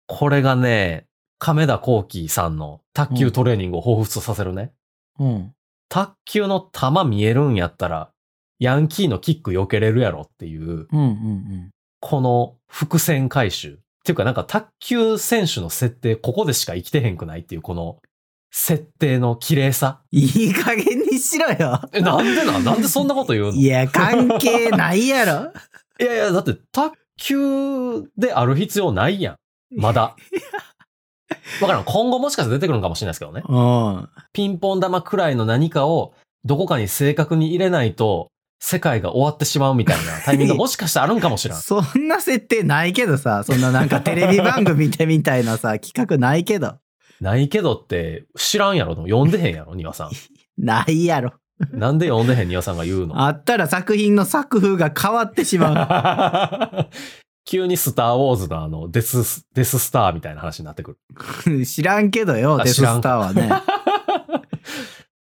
Speaker 1: これがね、亀田光輝さんの卓球トレーニングを彷彿とさせるね。
Speaker 2: うん。
Speaker 1: 卓球の球見えるんやったら、ヤンキーのキック避けれるやろっていう、
Speaker 2: うんうんうん。
Speaker 1: この伏線回収。っていうかなんか卓球選手の設定、ここでしか生きてへんくないっていう、この設定の綺麗さ。
Speaker 2: いい加減にしろよ。
Speaker 1: え、なんでなんなんでそんなこと言うの
Speaker 2: いや、関係ないやろ。
Speaker 1: いやいや、だって卓球である必要ないやん。まだ。わからん。今後もしかしたら出てくるのかもしれないですけどね。
Speaker 2: うん。
Speaker 1: ピンポン玉くらいの何かをどこかに正確に入れないと世界が終わってしまうみたいなタイミングがもしかしたらあるんかもしれん。
Speaker 2: そんな設定ないけどさ、そんななんかテレビ番組でみたいなさ、 企画ないけど。
Speaker 1: ないけどって知らんやろでも読んでへんやろ、庭さん。
Speaker 2: ないやろ。
Speaker 1: なんで読んでへん庭さんが言うの
Speaker 2: あったら作品の作風が変わってしまう。
Speaker 1: 急にスターウォーズのあのデスス、デススターみたいな話になってくる。
Speaker 2: 知らんけどよ、
Speaker 1: あ
Speaker 2: デス
Speaker 1: 知らん
Speaker 2: スターはね。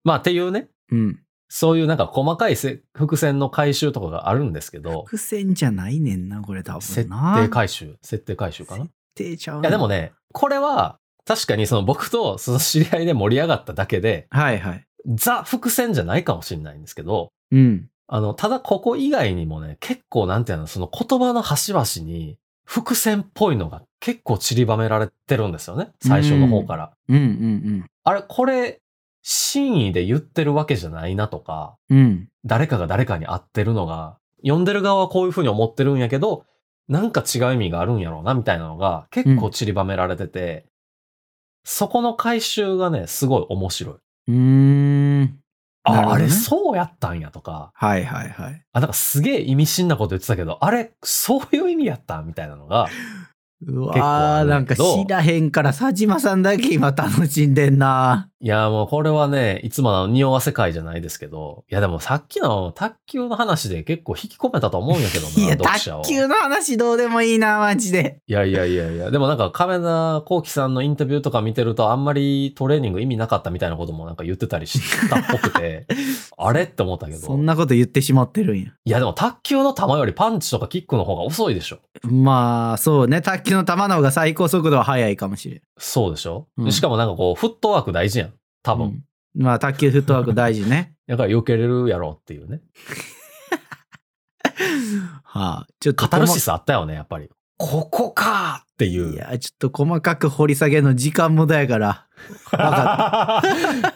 Speaker 1: まあっていうね、
Speaker 2: うん。
Speaker 1: そういうなんか細かいせ伏線の回収とかがあるんですけど、
Speaker 2: 伏線じゃないねんな、これ多
Speaker 1: 設
Speaker 2: 分な。
Speaker 1: 定回収、設定回収かな。
Speaker 2: 定ちゃう
Speaker 1: い
Speaker 2: な
Speaker 1: やでも。ね、これは確かにその僕とその知り合いで盛り上がっただけで、
Speaker 2: はいはい。
Speaker 1: ザ伏線じゃないかもしれないんですけど、
Speaker 2: うん。
Speaker 1: あの、ただここ以外にもね、結構なんていうの、その言葉の端々に伏線っぽいのが結構散りばめられてるんですよね。最初の方から。
Speaker 2: うんうん
Speaker 1: あれ、これ、真意で言ってるわけじゃないなとか、
Speaker 2: うん。うん。
Speaker 1: 誰かが誰かに会ってるのが、読んでる側はこういう風に思ってるんやけど、なんか違う意味があるんやろうな、みたいなのが結構散りばめられてて、そこの回収がね、すごい面白い。
Speaker 2: うーん。
Speaker 1: あ、
Speaker 2: なるほ
Speaker 1: あ
Speaker 2: どね
Speaker 1: れそうやったんやとか、
Speaker 2: はいはいはい。
Speaker 1: あ、なんかすげえ意味深なこと言ってたけど、あれ、そういう意味やったみたいなのが、
Speaker 2: う
Speaker 1: 結構
Speaker 2: わ
Speaker 1: あ
Speaker 2: ー、
Speaker 1: る
Speaker 2: なんか知らへんから、佐島さんだけ今楽しんでんな。
Speaker 1: いや、もうこれはね、いつもの匂わせ会じゃないですけど、いやでもさっきの卓球の話で結構引き込めたと思うんやけどな、
Speaker 2: いや、
Speaker 1: 読者を。
Speaker 2: 卓球の話どうでもいいな、マジで。
Speaker 1: いやいやいやいや、でもなんか亀田光輝さんのインタビューとか見てるとあんまりトレーニング意味なかったみたいなこともなんか言ってたりしたっぽく て、あれって思ったけ
Speaker 2: そ
Speaker 1: ど。
Speaker 2: んなこと言ってしまってるんや。
Speaker 1: いやでも卓球の球よりパンチとかキックの方が遅いでしょ。
Speaker 2: まあ、そうね。卓球の球の方が最高速度は速いかもしれん。
Speaker 1: そうでしょ、
Speaker 2: うん
Speaker 1: しかもなんかこう、フットワーク大事やん。多分。
Speaker 2: うん。まあ、卓球フットワーク大事ね。
Speaker 1: だから避けれるやろっていうね。
Speaker 2: はあ、ちょっと
Speaker 1: カ
Speaker 2: 細
Speaker 1: タルシスあったよね、やっぱり。ここかーっていう。
Speaker 2: いや、ちょっと細かく掘り下げるの時間無駄やから。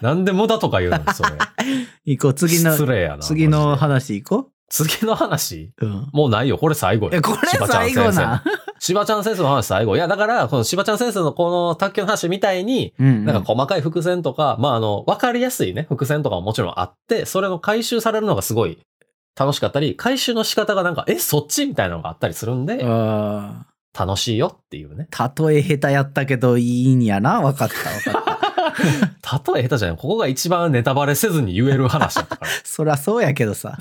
Speaker 1: なんで無駄とか言うのそれ。
Speaker 2: 行こう、 次の、
Speaker 1: 失礼やな。
Speaker 2: 次の
Speaker 1: マ
Speaker 2: 話行こ
Speaker 1: ジで次の話
Speaker 2: う。うん。
Speaker 1: もうないよ。これ最後よ
Speaker 2: え、これ
Speaker 1: しばちゃん
Speaker 2: 最後な。
Speaker 1: しばちゃん先生の話最後。いや、だから、このしばちゃん先生のこの卓球の話みたいに、
Speaker 2: うん
Speaker 1: なんか細かい伏線とか、まあ、あの、わかりやすいね、伏線とかももちろんあって、それの回収されるのがすごい楽しかったり、回収の仕方がなんか、え、そっちみたいなのがあったりするんで、
Speaker 2: あー
Speaker 1: 楽しいよっていうね。
Speaker 2: たとえ下手やったけどいいんやな。わかった、わかった。
Speaker 1: 例え下手じゃない。ここが一番ネタバレせずに言える話だった から。
Speaker 2: そらそうやけどさ。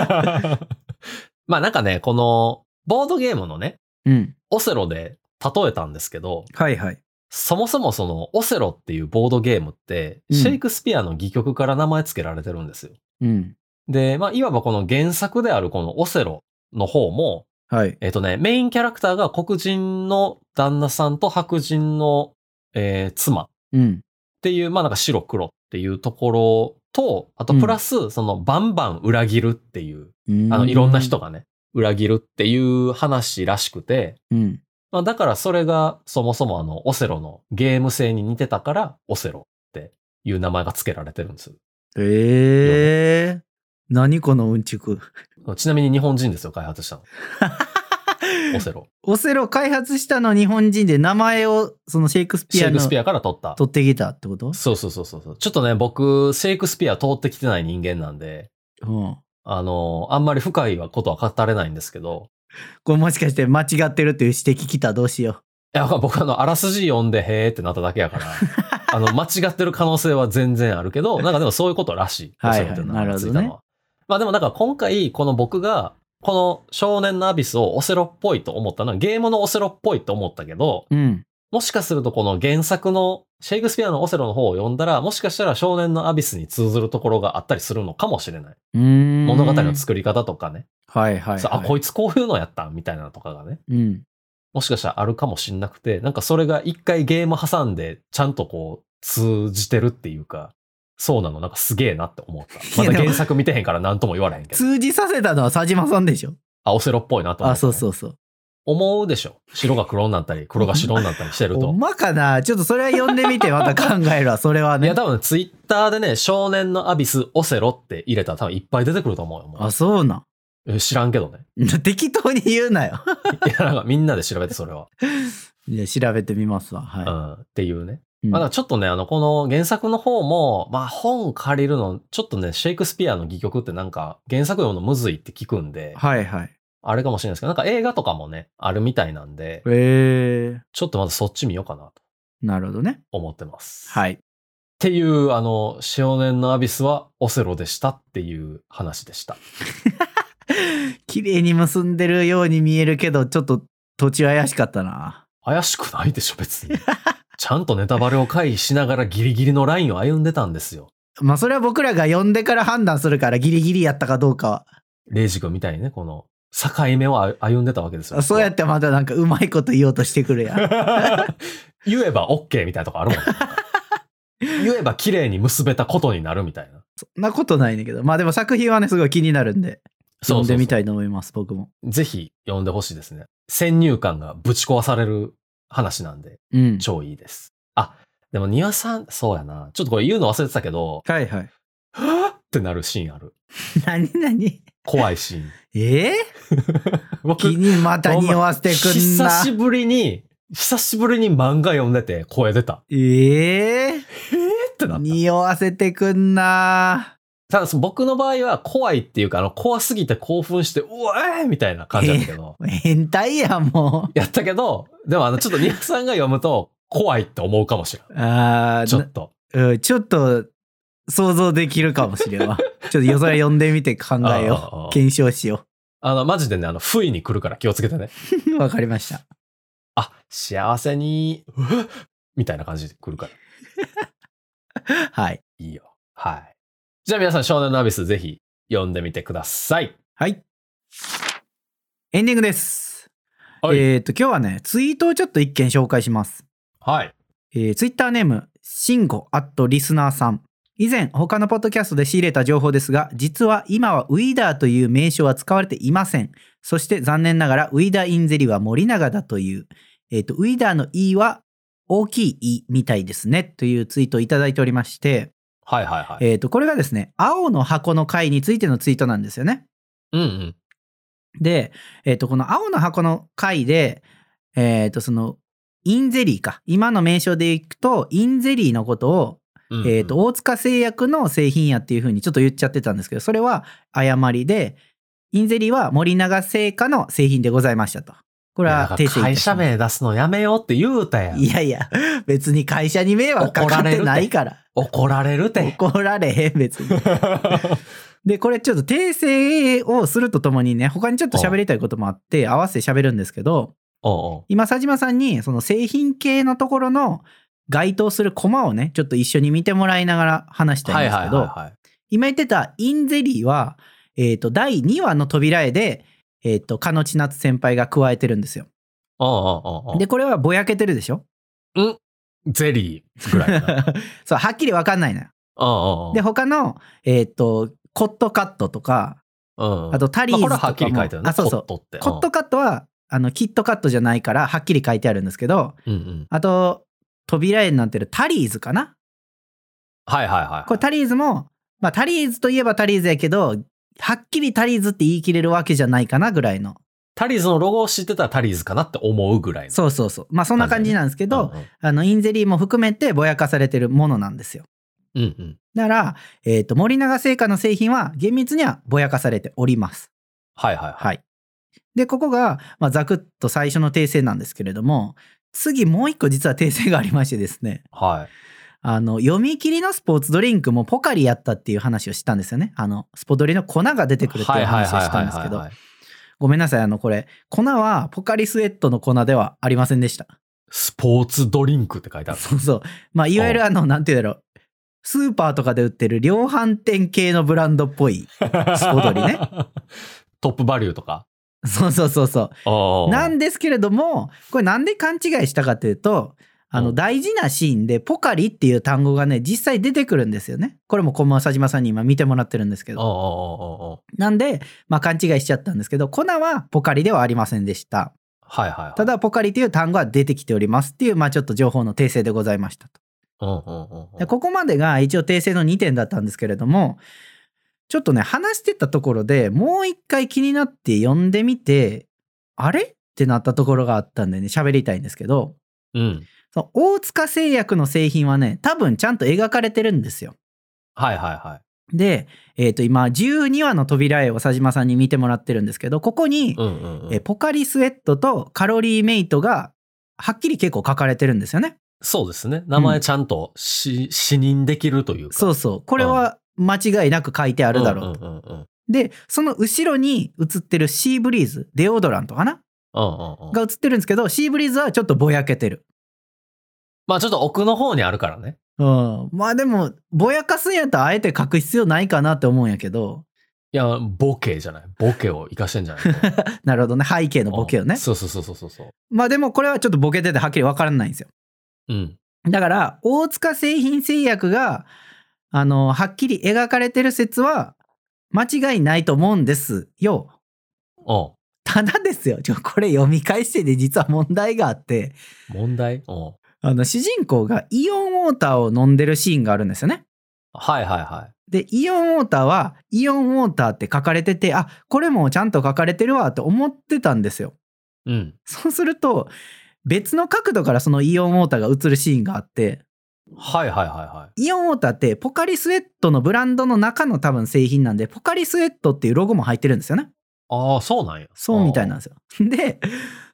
Speaker 1: まあなんかね、この、ボードゲームのね、
Speaker 2: うん。
Speaker 1: オセロで例えたんですけど、
Speaker 2: はいはい。
Speaker 1: そもそもそのオセロっていうボードゲームって、
Speaker 2: うん
Speaker 1: シェイクスピアの戯曲から名前付けられてるんですよ。
Speaker 2: うん。
Speaker 1: で、まあ、いわばこの原作であるこのオセロの方も、
Speaker 2: はい。
Speaker 1: えっ、とね、メインキャラクターが黒人の旦那さんと白人の、えー妻っ
Speaker 2: うん。
Speaker 1: ていう、まあなんか白黒っていうところと、あとプラス、そのバンバン裏切るっていう、あのいろんな人がね、裏切るっていう話らしくて、
Speaker 2: うん。
Speaker 1: まあ、だからそれがそもそもあの、オセロのゲーム性に似てたから、オセロっていう名前が付けられてるんです。
Speaker 2: ええー。何このうんちく。
Speaker 1: ちなみに日本人ですよ、開発したの。オセロ。
Speaker 2: オセロ開発したの日本人で名前をそのシェイクス
Speaker 1: シ
Speaker 2: ピ
Speaker 1: ェ
Speaker 2: ア
Speaker 1: イク
Speaker 2: の
Speaker 1: スピ
Speaker 2: 取
Speaker 1: アから取った。
Speaker 2: ってきたってこと
Speaker 1: そうそうそうそうそう。ちょっとね、僕、シェイクスピア通ってきてない人間なんで、
Speaker 2: うん。
Speaker 1: あの、あんまり深いことは語れないんですけど、
Speaker 2: これもしかして間違ってるっていう指摘来たらどうしよ
Speaker 1: いや、僕あの、あらすじ読んで、へーってなっただけや から、あの、間違ってる可能性は全然あるけど、なんかでもそういうことらしい。
Speaker 2: はいはい
Speaker 1: おっしゃってたの
Speaker 2: なるほどね
Speaker 1: ついたのはまあでもだから今回、この僕が、この少年のアビスをオセロっぽいと思ったのは、ゲームのオセロっぽいと思ったけど、
Speaker 2: う。うん。
Speaker 1: もしかするとこの原作の、シェイクスピアのオセロの方を読んだら、もしかしたら少年のアビスに通ずるところがあったりするのかもしれない。
Speaker 2: うん
Speaker 1: 物語の作り方とかね。
Speaker 2: はいはい、はい。
Speaker 1: そうあ、こいつこういうのやったみたいなのとかがね。
Speaker 2: うん。
Speaker 1: もしかしたらあるかもしんなくて、なんかそれが一回ゲーム挟んで、ちゃんとこう、通じてるっていうか、そうなの、なんかすげえなって思った。
Speaker 2: い
Speaker 1: ま
Speaker 2: や
Speaker 1: だ
Speaker 2: でも
Speaker 1: 原作見てへんから何とも言われへんけど。
Speaker 2: 通じさせたのは佐島さんでしょ
Speaker 1: あ、オセロっぽいなと思ったね、
Speaker 2: あ、そうそうそう。
Speaker 1: 思うでしょ。白が黒になったり、黒が白になったりしてる
Speaker 2: ほ
Speaker 1: と
Speaker 2: ん。まかなちょっとそれは読んで みてまた考えるわ、それはい
Speaker 1: や、
Speaker 2: ね。
Speaker 1: 多分ツイッターでね、少年のアビス、オセロって入れたら多分いっぱい出てくると思うよ。もう
Speaker 2: あ、そうなん。
Speaker 1: え知らんけどね。
Speaker 2: 適当に言うなよ。
Speaker 1: いや、なんかみんなで調べて、それは。
Speaker 2: いや、調べてみますわ。はい。
Speaker 1: うん。っていうね。
Speaker 2: うん
Speaker 1: まあ、だからちょっとね、あの、この原作の方も、まあ、本借りるの、ちょっとね、シェイクスピアの戯曲ってなんか、原作読むのむずいって聞くんで、
Speaker 2: はいはい。
Speaker 1: あれかもしれないですけど、なんか映画とかもね、あるみたいなんで、
Speaker 2: えー、
Speaker 1: ちょっとまずそっち見ようかなと
Speaker 2: なるほどね。
Speaker 1: 思ってます。っ
Speaker 2: はい。
Speaker 1: ていう、あの、少年のアビスはオセロでしたっていう話でした。
Speaker 2: 綺麗に結んでるように見えるけど、ちょっと土地怪しかったな。
Speaker 1: 怪しくないでしょ、別 に。ちゃんとネタバレを回避しながらギリギリのラインを歩んでたんですよ。
Speaker 2: まあ、それは僕らが読んでから判断するから、ギリギリやったかどうかは。
Speaker 1: レイジ君みたいにね、この、境目を歩歩んでたわけですよ。
Speaker 2: あそうやってまたなんかうまいこと言おうとしてくるやん。
Speaker 1: 言えば OK みたいなとこあ るもん、ね、言えば綺麗に結べたことになるみたいな。
Speaker 2: そ んなことないんだけど。まあでも作品はね、すごい気になるんで、読んでみた
Speaker 1: い。
Speaker 2: いと思います、僕も。
Speaker 1: ぜひ読んでほしいですね。先入観がぶち壊される話なんで、
Speaker 2: うん。
Speaker 1: 超いいです。あ、でも庭さん、そうやな。ちょっとこれ言うの忘れてたけど、
Speaker 2: はいはい。
Speaker 1: はぁってなるシーンある。
Speaker 2: 何何
Speaker 1: 怖い シーン。
Speaker 2: ええ
Speaker 1: 僕
Speaker 2: 気にまた匂わせてくん
Speaker 1: 久
Speaker 2: な
Speaker 1: し。ぶりに、久しぶりに漫画読んでて声出た。
Speaker 2: ええ
Speaker 1: えってなった。
Speaker 2: 匂わせてくんな。
Speaker 1: ただその僕の場合は怖いっていうか、あの、怖すぎて興奮して、うわーみたいな感じだったけど、
Speaker 2: 変態やんも
Speaker 1: やったけど、でもあの、ちょっとニアさんが読むと、怖いって思うかもしれ
Speaker 2: う。あ
Speaker 1: ん。
Speaker 2: ー
Speaker 1: ちょっと。
Speaker 2: なうんちょっと想像できるかもしれ んわ。ちょっとよそれ読んでみて考えよ
Speaker 1: あー
Speaker 2: う。検証しよ
Speaker 1: あの、マジでね、あの、不意に来るから気をつけてね。
Speaker 2: う。わかりました。
Speaker 1: あ、幸せに、うわみたいな感じで来るから。
Speaker 2: はい。
Speaker 1: いいよ。はい。じゃあ皆さん、少年のアビスぜひ読んでみてください。
Speaker 2: はい。エンディングです。
Speaker 1: はい
Speaker 2: えっ、と、今日はね、ツイートをちょっと一件紹介します。
Speaker 1: はい。
Speaker 2: えー、ツイッターネーム、シンゴアットリスナーさん。以前、他のポッドキャストで仕入れた情報ですが、実は今はウィーダーという名称は使われていません。そして残念ながら、ウィーダーインゼリは森永だという。えっ、と、ウィーダーの E は大きい E みたいですね。というツイートをいただいておりまして、
Speaker 1: はいはいはい。
Speaker 2: えっ、と、これがですね、青の箱の回についてのツイートなんですよね。
Speaker 1: うんうん。
Speaker 2: で、えっとこの青の箱の回で、えっとそのインゼリーか今の名称でいくとインゼリーのことを、
Speaker 1: うんうん
Speaker 2: えっと大塚製薬の製品やっていうふうにちょっと言っちゃってたんですけどそれは誤りでインゼリーは森永製菓の製品でございましたと。これは
Speaker 1: なんか
Speaker 2: 訂正いた
Speaker 1: 会
Speaker 2: しま
Speaker 1: 社
Speaker 2: す
Speaker 1: 名出すのやめようって言うたやん
Speaker 2: い。やいや別に会社に迷惑かかってないから
Speaker 1: 怒られる て。
Speaker 2: 怒られへん別に。で、これちょっと訂正をするとともにね、他にちょっと喋りたいこともあって、合わせて喋るんですけど、
Speaker 1: おうおう
Speaker 2: 今、佐島さんに、その製品系のところの該当するコマをね、ちょっと一緒に見てもらいながら話したいんですけど、
Speaker 1: はい。
Speaker 2: 今言ってたインゼリーは、えっ、と、第2話の扉絵で、えっ、と、かのちなつ先輩が加えてるんですよ。
Speaker 1: おうおうおうおう
Speaker 2: で、これはぼやけてるでしょ
Speaker 1: ゼリーぐらいな。
Speaker 2: そう、はっきりわかんないのよ。
Speaker 1: おうおうおう
Speaker 2: で、他の、えっ、と、コットカットとか、
Speaker 1: うん。
Speaker 2: あとタリーズとかも、
Speaker 1: まあ、これははっきり書いてあるね。
Speaker 2: あそうそう
Speaker 1: コットって。
Speaker 2: コットカットはあのキットカットじゃないからはっきり書いてあるんですけど
Speaker 1: うんうん。
Speaker 2: あと扉絵になってるタリーズかな
Speaker 1: はいはいはい。
Speaker 2: これタリーズも、まあ、タリーズといえばタリーズやけどはっきりタリーズって言い切れるわけじゃないかなぐらいの
Speaker 1: タリーズのロゴを知ってたらタリーズかなって思うぐらいの。
Speaker 2: そうそうそうまあそんな感じなんですけ
Speaker 1: う
Speaker 2: ど、
Speaker 1: んうん
Speaker 2: あのインゼリーも含めてぼやかされてるものなんですよ
Speaker 1: うんうん。
Speaker 2: だから、えー、と森永製菓の製品は厳密にはぼやかされております
Speaker 1: はいはいはい。
Speaker 2: はい。で、ここが、まあ、ざくっと最初の訂正なんですけれども、次もう一個実は訂正がありましてですね、
Speaker 1: はい。
Speaker 2: あの、読み切りのスポーツドリンクもポカリやったっていう話をしたんですよね。あの、スポドリの粉が出てくるっていう話をしたんです
Speaker 1: はいは
Speaker 2: けど
Speaker 1: いはいはいはい、
Speaker 2: ごめんなさい、あの、これ、粉はポカリスエットの粉ではありませんでした。
Speaker 1: スポーツドリンクって書い てある。
Speaker 2: そうそう。まあ、いわゆるあの、なんて言うんだろう。スーパーとかで売ってる量販店系のブランドっ ぽい。
Speaker 1: ス
Speaker 2: ポドリね。
Speaker 1: トップバリューとか。
Speaker 2: そうそうそうそう。
Speaker 1: おー
Speaker 2: なんですけれどもこれなんで勘違いしたかというとあ
Speaker 1: う
Speaker 2: の
Speaker 1: ん
Speaker 2: 大事なシーンでポカリっていう単語がね実際出てくるんですよねこれも小松島さんに今見てもらってるんですけ
Speaker 1: おー
Speaker 2: ど
Speaker 1: おーおーおー
Speaker 2: なんで、まあ、勘違いしちゃったんですけど粉はポカリではありませんでした
Speaker 1: はいはいはい。
Speaker 2: た、だポカリという単語は出てきておりますっていうまあちょっと情報の訂正でございましたと
Speaker 1: うんうんうんうん
Speaker 2: でここまでが一応訂正の2点だったんですけれどもちょっとね話してたところでもう一回気になって読んでみてあれってなったところがあったんでね喋りたいんですけど
Speaker 1: うん。
Speaker 2: その大塚製薬の製品はね多分ちゃんと描かれてるんですよ。
Speaker 1: はいはいはい。
Speaker 2: で、えー、と今12話の扉絵を佐島さんに見てもらってるんですけどここに、
Speaker 1: うんうんうん
Speaker 2: えポカリスエットとカロリーメイトがはっきり結構書かれてるんですよね。
Speaker 1: そうですね。名前ちゃんとし、視認できるというか。
Speaker 2: そうそうこれは間違いなく書いてあ
Speaker 1: あ
Speaker 2: るだろうと。
Speaker 1: うんうんうんうん。
Speaker 2: でその後ろに映ってるシーブリーズデオドラントかな
Speaker 1: うんうんうん
Speaker 2: が映ってるんですけどシーブリーズはちょっとぼやけてる。
Speaker 1: まあちょっと奥の方にあるからね。
Speaker 2: うん、まあでもぼやかすんやったらあえて書く必要ないかなって思うんやけど
Speaker 1: いや、ボケじゃない。ボケを生かしてんじ ゃない
Speaker 2: なるほどね背景のボケをね
Speaker 1: そうそうそうそうそうそう。
Speaker 2: まあでもこれはちょっとボケててはっきり分からないんですよ
Speaker 1: うん。
Speaker 2: だから大塚製品製薬があのはっきり描かれてる説は間違いないと思うんですよ
Speaker 1: お
Speaker 2: ただですよちょこれ読み返してで実は問題があって
Speaker 1: 問題お
Speaker 2: あの主人公がイオンウォーターを飲んでるシーンがあるんですよね
Speaker 1: はいはいはい。
Speaker 2: でイオンウォーターはイオンウォーターって書かれててあこれもちゃんと書かれてるわって思ってたんですよ
Speaker 1: うん。
Speaker 2: そうすると別の角度からそのイオンウォーターが映るシーンがあって
Speaker 1: はいはいはいは
Speaker 2: イオンウォーターってポカリスエットのブランドの中の多分製品なんでポカリスエットっていうロゴも入ってるんですよね
Speaker 1: い。ああ、そうなんや。
Speaker 2: そうみたいなんですよ で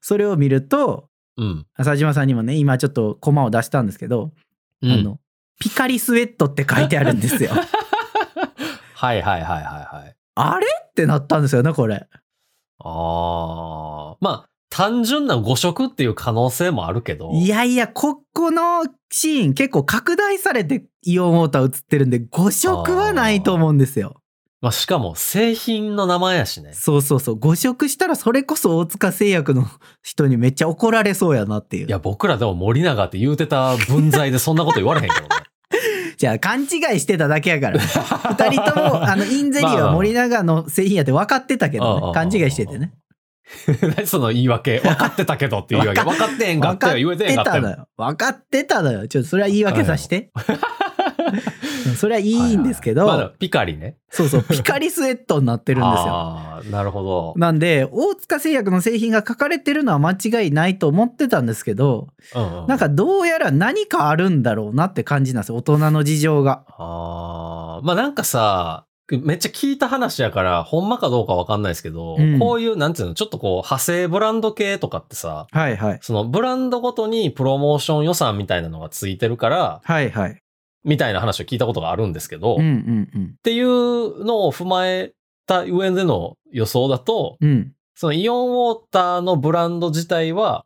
Speaker 2: それを見ると
Speaker 1: あー。うん。
Speaker 2: 浅島さんにもね今ちょっとコマを出したんですけど、
Speaker 1: うん
Speaker 2: あのピカリスエットって書いてあるんですよ
Speaker 1: はいはいはいはいはい。
Speaker 2: あれってなったんですよねこれ
Speaker 1: ああ。まあ、単純な誤植っていう可能性もあるけど。
Speaker 2: いやいやここのシーン結構拡大されてイオンウォーター映ってるんで誤色はないと思うんですよ
Speaker 1: まあ、しかも製品の名前やしね。
Speaker 2: そうそうそう誤色したらそれこそ大塚製薬の人にめっちゃ怒られそうやなっていう
Speaker 1: いや、僕らでも森永って言うてた文在でそんなこと言われへんけどね。
Speaker 2: じゃあ勘違いしてただけ やから二人ともあのインゼリーは森永の製品やって分かってたけど
Speaker 1: あああ
Speaker 2: ね
Speaker 1: あ
Speaker 2: 勘違いしててね
Speaker 1: 何その言い訳。分かってたけどっていう言い 訳。分かってへんかったよ。言えてへんかった
Speaker 2: たの
Speaker 1: よ。
Speaker 2: よ分かってたのよちょっとそれは言い訳させて それはいいんですけ
Speaker 1: はいはい
Speaker 2: ど
Speaker 1: まあピカリね。
Speaker 2: そ うそうピカリスエットになってるんですよ
Speaker 1: ああ、なるほど。
Speaker 2: なんで大塚製薬の製品が書かれてるのは間違いないと思ってたんですけど
Speaker 1: うんうん
Speaker 2: なんかどうやら何かあるんだろうなって感じなんですよ大人の事情が。
Speaker 1: ああ、まあなんかさ、めっちゃ聞いた話やから、ほんまかどうかわかんないですけど、
Speaker 2: うん
Speaker 1: こういう、なんていうの、ちょっとこう、派生ブランド系とかってさ、
Speaker 2: はいはい
Speaker 1: そのブランドごとにプロモーション予算みたいなのがついてるから、
Speaker 2: はいはい。
Speaker 1: みたいな話を聞いたことがあるんですけど、
Speaker 2: うん
Speaker 1: っ
Speaker 2: うん
Speaker 1: ていうのを踏まえた上での予想だと、
Speaker 2: うん。うん。
Speaker 1: そのイオンウォーターのブランド自体は、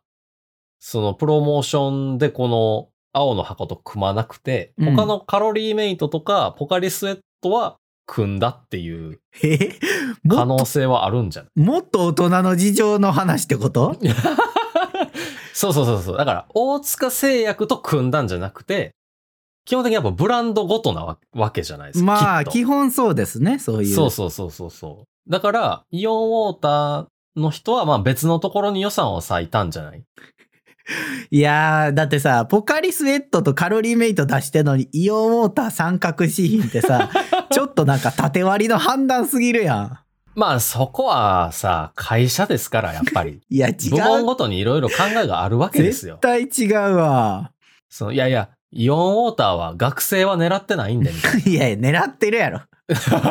Speaker 1: そのプロモーションでこの青の箱と組まなくて、
Speaker 2: うん
Speaker 1: 他のカロリーメイトとかポカリスエットは組んだっていう
Speaker 2: えーも
Speaker 1: 可
Speaker 2: っと
Speaker 1: 能性はあるんじゃない
Speaker 2: もっと大人の事情の話ってこと
Speaker 1: そうそうそうそう。だから、大塚製薬と組んだんじゃなくて、基本的にやっぱブランドごとなわわけじゃないですか。
Speaker 2: まあ
Speaker 1: きっと
Speaker 2: 基本そうですねそういう
Speaker 1: そうそうそうそうそう。だから、イオンウォーターの人は、まあ別のところに予算を割いたんじゃない
Speaker 2: いやー、だってさ、ポカリスエットとカロリーメイト出してんのに、イオンウォーター三角シーンっ てさ、ちょっとなんか縦割りの判断すぎるや
Speaker 1: まあそこはさ、会社ですから、やっぱり。
Speaker 2: ん。 いや、違
Speaker 1: 部門
Speaker 2: う。
Speaker 1: ごとにいろいろ考えがあるわけです
Speaker 2: 絶
Speaker 1: よ。
Speaker 2: 対違うわ。
Speaker 1: そのいやいや、イオンウォーターは学生は狙ってないん で、みたい
Speaker 2: いやいや、狙ってるやろ。
Speaker 1: な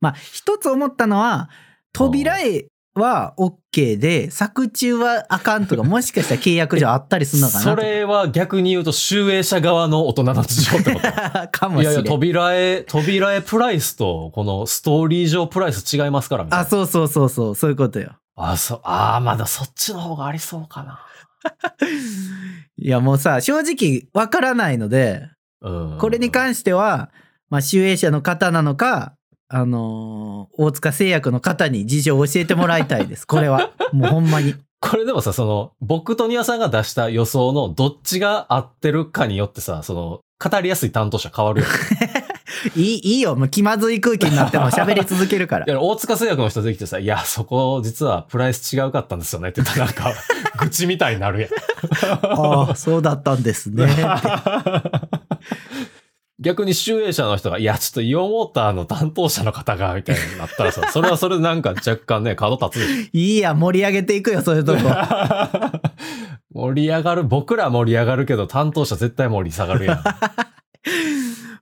Speaker 2: まあ、一つ思ったのは、扉絵は OK で、作中はあかん とか、もしかしたら契約上あったりするのかな と
Speaker 1: それは逆に言うと、集英者側の大人の事情って こと
Speaker 2: かも
Speaker 1: い
Speaker 2: しれ
Speaker 1: や
Speaker 2: ん
Speaker 1: いや、扉絵、扉絵プライスと、このストーリー上プライス違いますから、みたい
Speaker 2: あ、
Speaker 1: な。
Speaker 2: そうそうそうそう、そういうことよ。
Speaker 1: あ、そう、あーまだそっちの方がありそうかな。
Speaker 2: いや、もうさ、正直わからないので、
Speaker 1: うん。
Speaker 2: これに関しては、まあ、集英者の方なのか、あのー大塚製薬の方に事情を教えてもらいたいです。これは。もうほんまに。
Speaker 1: これでもさ、その、僕とニアさんが出した予想のどっちが合ってるかによってさ、その、語りやすい担当者変わるよね。
Speaker 2: いい、いいよ。もう気まずい空気になっ ても喋り続けるから
Speaker 1: い。や、大塚製薬の人できてさ、いや、そこ、実はプライス違うかったんですよねって言ったら、なんか、愚痴みたいになるやん。
Speaker 2: ああ、そうだったんですね。
Speaker 1: 逆に集英社の人が、いや、ちょっとイオンウォーターの担当者の方が、みたいになったらさ、それはそれでなんか若干ね、角立つで し
Speaker 2: いいや、盛り上げていくよ、そういうと
Speaker 1: ょ
Speaker 2: こ。
Speaker 1: 盛り上がる、僕ら盛り上がるけど、担当者絶対盛り下がるやん。はい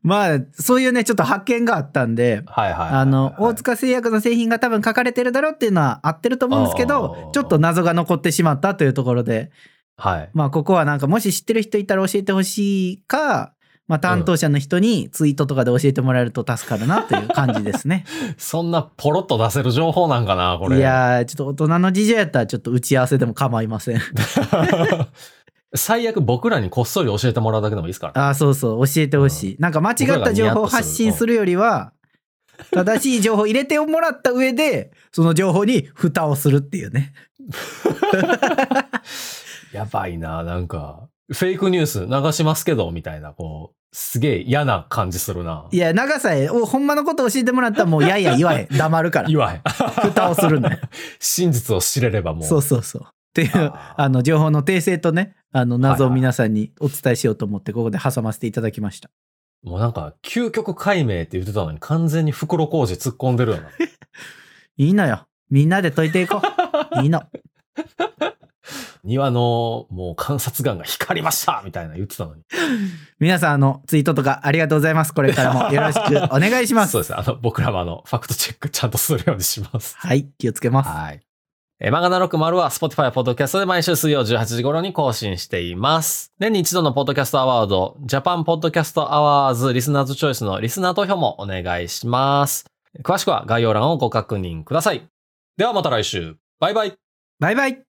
Speaker 2: まあ、そういうね、ちょっと発見があったんで、
Speaker 1: はいはいはい。
Speaker 2: あの、大塚製薬の製品が多分書かれてるだろうっていうのは合ってると思うんですけ
Speaker 1: あ
Speaker 2: ど
Speaker 1: あ、
Speaker 2: ちょっと謎が残ってしまったというところで、
Speaker 1: はい。
Speaker 2: まあ、ここはなんか、もし知ってる人いたら教えてほしいか、まあ、担当者の人にツイートとかで教えてもらえると助かるなという感じですね。
Speaker 1: そんなポロッと出せる情報なんかな、これ。
Speaker 2: いやー、ちょっと大人の事情やったら、ちょっと打ち合わせでも構いません。
Speaker 1: 最悪僕らにこっそり教えてもらうだけでもいいですから。
Speaker 2: ああ、そうそう、教えてほしい。なんか間違った情報を発信するよりは、正しい情報を入れてもらった上で、その情報に蓋をするっていうね。
Speaker 1: やばいな、なんか、フェイクニュース流しますけど、みたいな、こう、すげえ嫌な感じするな。
Speaker 2: いや、長さえ、おほんまのこと教えてもらったら、もう、やいや言わへん。黙るから。
Speaker 1: 言わへん。
Speaker 2: 蓋をするんだよ。
Speaker 1: 真実を知れればもう。
Speaker 2: そうそうそう。っていう、
Speaker 1: あー
Speaker 2: あの、情報の訂正とね、あの、謎を
Speaker 1: はいはい
Speaker 2: 皆さんにお伝えしようと思って、ここで挟ませていただきました。
Speaker 1: もうなんか、究極解明って言ってたのに完全に袋小路突っ込んでる よな。
Speaker 2: いいのよ。みんなで解いてい こう。いいの。
Speaker 1: 庭のもう観察眼が光りましたみたいな言ってたのに。
Speaker 2: 皆さん、あの、ツイートとかありがとうございます。これからもよろしくお願いしま す
Speaker 1: そう。ですね。あの、僕らもあの、ファクトチェックちゃんとするようにします。
Speaker 2: はい、気をつけます。
Speaker 1: はい。えー、漫画760は Spotify や Podcast で毎週水曜18時頃に更新しています。年に一度のポッドキャストアワード、ジャパンポッドキャストアワーズリスナーズチョイスのリスナー投票もお願いします。詳しくは概要欄をご確認ください。ではまた来週。バイバイ。
Speaker 2: バイバイ。